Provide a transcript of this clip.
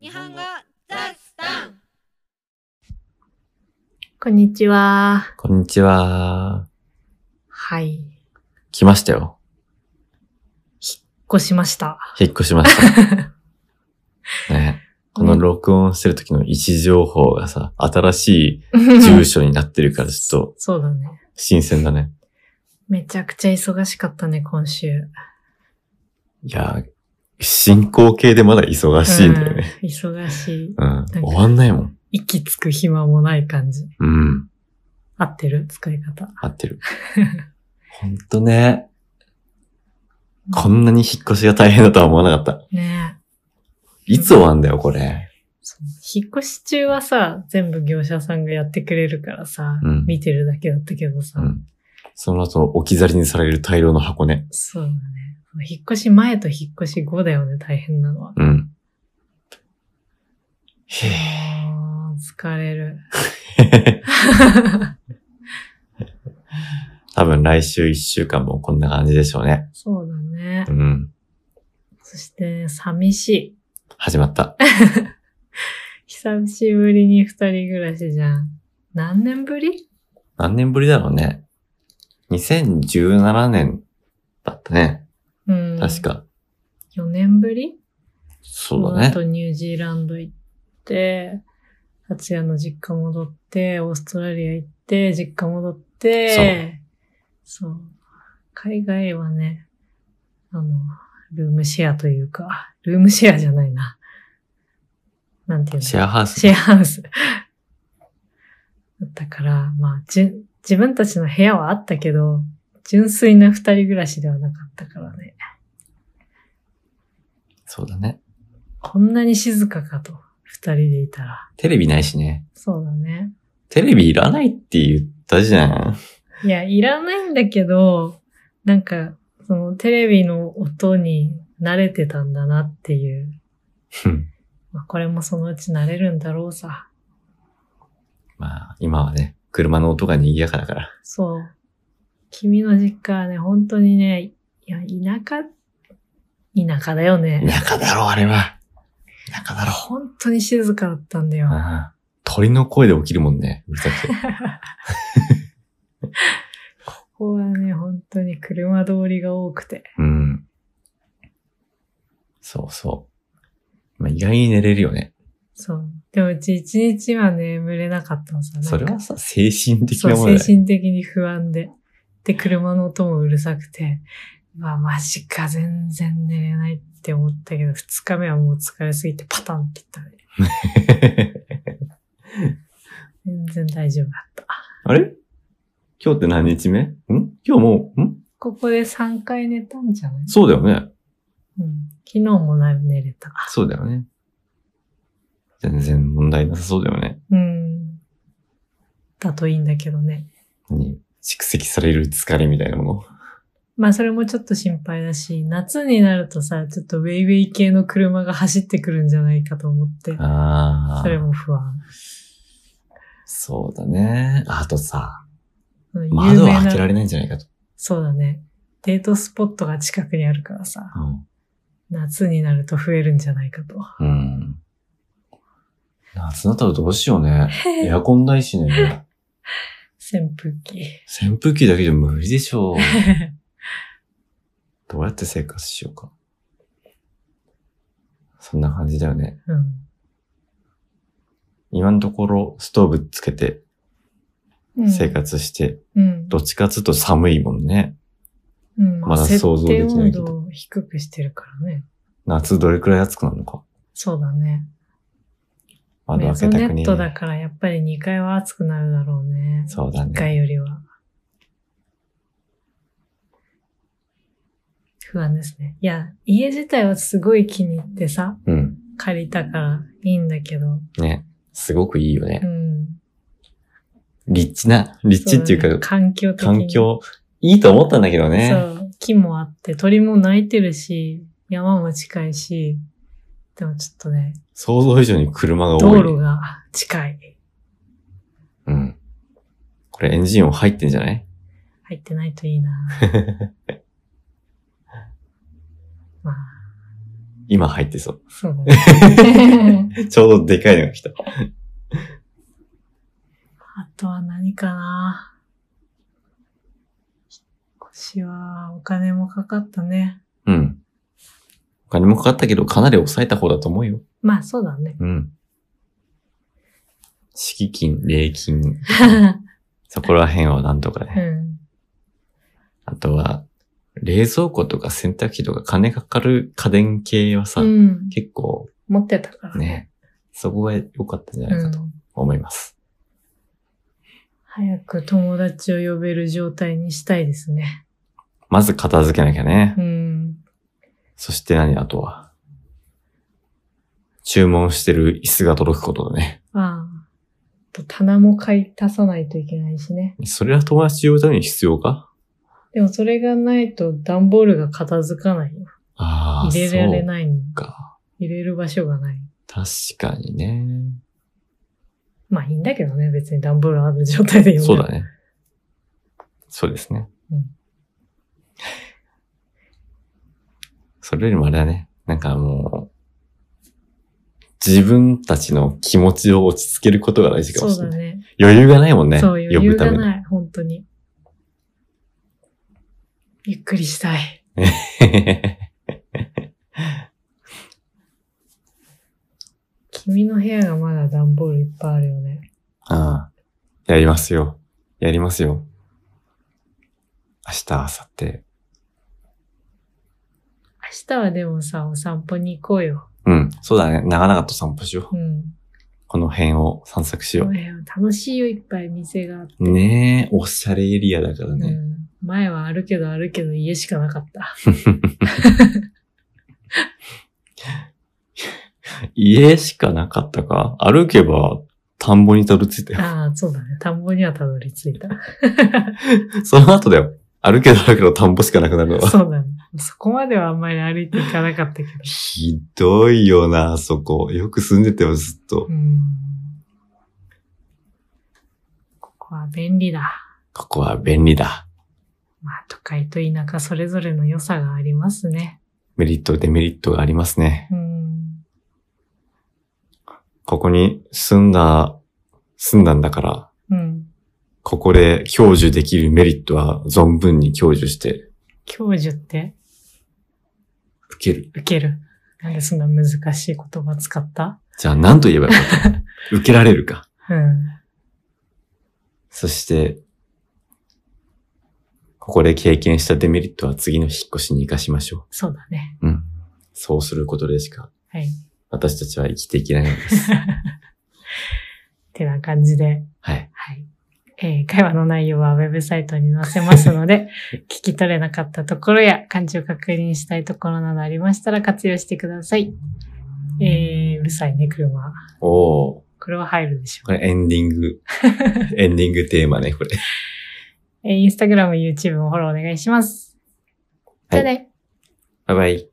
日本語ザスタンこんにちは。こんにちは。はい。来ましたよ。越しました。引っ越しました。ね。この録音してる時の位置情報がさ、新しい住所になってるからちょっと そうだね。新鮮だね。めちゃくちゃ忙しかったね、今週。いやー、進行形でまだ忙しいんだよね。うん。忙うしん。か終わんないもん。い。息つく暇もない感じ。うん。合ってる使い方。合 ってる。ほんとね。こんなに引っ越しが大変だとは思わなかった。ねえ。いつ終わんだよ、これ。そう引っ越し中はさ、全部業者さんがやってくれるからさ、うん見てるだけだったけどさ、うん。その後、置き去りにされる大量の箱ね。そうだね。引っ越し前と引っ越し後だよね、大変なのは。うん。へえ。あー疲れる。多分来週一週間もこんな感じでしょうね。そうだねう。ん。そして、寂しい。始まった。久しぶりに二人暮らしじゃん。何年ぶり何年ぶりだろうね。2017年だったね。うん。確。か。 4年ぶりそうのだ後ね。ニュージーランド行って、達也の実家戻って、オーストラリア行って、実家戻って、そう。海外はね、あの、ルームシェアというか、ルームシェアじゃないな。なんていうのシェアハウス。シェアハウス。だったから、まあ、じゅ、自分たちの部屋はあったけど、純粋な二人暮らしではなかったからね。そうだね。こんなに静かかと、二人でいたら。テレビないしね。そうだね。テレビいらないって言ったじゃん。いや、いらないんだけど、なんか、そのテレビの音に慣れてたんだなっていう。うんまあ、これもそのうち慣れるんだろうさ。 まあ、今はね、車の音が賑やかだから。そう。君の実家はね、本当にね、いや、田舎、田舎だよね。田舎だろ、あれは。田舎だろ。本当に静かだったんだよ。うん鳥の声で起きるもんね。うるさ くて。ここはね、本当に車通りが多くて。うん。そうそう。まあ、意外に寝れるよね。そう。でもうち一日は眠れなかったのさ。なんかそれはさ、精神的そなう、ものだ精よ。神的に不安で。で、車の音もうるさくて、うわ、マジか、全然寝れないって思ったけど、二日目はもう疲れすぎてパタンっていったね。全然大丈夫だった。あれ今日って何日目ん今日もう、んここで3回寝たんじゃないそうだよね。うん。昨日もな寝れた。そうだよね。全然問題なさそうだよね。うん。だといいんだけどね。何蓄積される疲れみたいなもまあそれもちょっと心配だし、夏になるとさ、ちょっとウェイウェイ系の車が走ってくるんじゃないかと思っての。、 ああ。それも不安。そうだね。あとさ、うん窓は開けられないんじゃないかと。そうだね。デートスポットが近くにあるからさ、夏になると増えるんじゃないかと。うん。うん。夏だったらどうしようね。 エアコンないしね。扇風機。 扇風機だけじゃ無理でしょう。どうやって生活しようか。そんな感じだよね。う今のところストーブつけてん。生活して、うん。どっちかっつうと寒いもんね。うん。まだ想像できないけど設定温度を低くしてるからね。夏どれくらい暑くなるのか。そうだね。窓メゾ開けネたくねッえトだからやっぱり2階は暑くなるだろうね。そうだね1階よりは。不安ですね。いや、家自体はすごい気に入ってさ、うん。借りたからいいんだけど。ね。すごくいいようね。ん。立地な。立地っていうそか、環境的に。環境、いいと思ったんだけどね。そう。木もあって、鳥も鳴いてるし、山も近いし、でもちょっとね、想像以上に車が道多い。路が近い。うん。これエンジン音入ってんじゃない入ってないといいなまあ、今入ってそそうだね。 う。ちょうどでかいのが来た。あとは何かな引っ越しはお金もかかったね。うん。お金もかかったけど、かなり抑えた方だと思うよ。まあそうだ ね。うん。敷金、礼金、そこら辺はなんとかね。うん。あとは、冷蔵庫とか洗濯機とか金かかる家電系はさ、うん。結構持ってたから。ね、そこが良かったんじゃなういかんと。思います。早く友達を呼べる状態にしたいですね。まず片付けなきゃね。うん。そして何あとは。注文してる椅子が届くことだね。ああ。あと棚も買い足さないといけないしね。それは友達用ために必要かでもそれがないと段ボールが片付かないよ。ああ、入れられいないの。か。入れる場所がない。確かにね。まあいいんだけどね、別に段ボールある状態でそうだだね。そうですね。うんそれよりもあれだね。なんかもう、自分たちの気持ちを落ち着けることが大事かそもうしれなだい。ね。余裕がないもんね。そう、余呼ぶ裕たがめに。ない、本当に。ゆっくりしたい。 君の部屋がまだ段ボールいっぱいあるよね。ああやりますよ。やりますよ。明日、明後日。明日はでもさ、お散歩に行こうよ。うん。そうだね。長々と散歩しよう。うん。この辺を散策しこよの辺は楽しいよ、いっぱい店があって。う。ねえ、おしゃれエリアだからうね。ん、前はあるけどあるけど家しかなかった。家しかなかったか。歩けば、田んぼにたどり着いたよ。ああ、そうだね。田んぼにはたどり着いた。 その後だよ。歩けど歩けど田んぼしかなくなるのは。そうだね。そこまではあんまり歩いていかなかったけど。ひどいよな、あそこ。よく住んでたよ、ずっとう。ん。ここは便利だ。ここは便利だ。まあ、都会と田舎それぞれの良さがありますね。メリット、デメリットがありますね。うん。ここに住んだ、住んだんだから、うん。ここで享受できるメリットは存分に享受して教授って受ける。受ける。なんでそんな難しい言葉使ったじゃあ何と言えばよかったの受けられるか。うん。そして、ここで経験したデメリットは次の引っ越しに活かしましょそうだね。う。うん。そうすることでしかはい。私たちは生きていけないのです。ってな感じで。はい。はい。えー会話の内容はウェブサイトに載せますので、聞き取れなかったところや漢字を確認したいところなどありましたら活用してください。えー、うるさいね、車。おー。これは入るでしょこれエンディング。エンディングテーマね、これ。う。えー、インスタグラム、YouTube もフォローお願いします。じゃあね。バイバイ。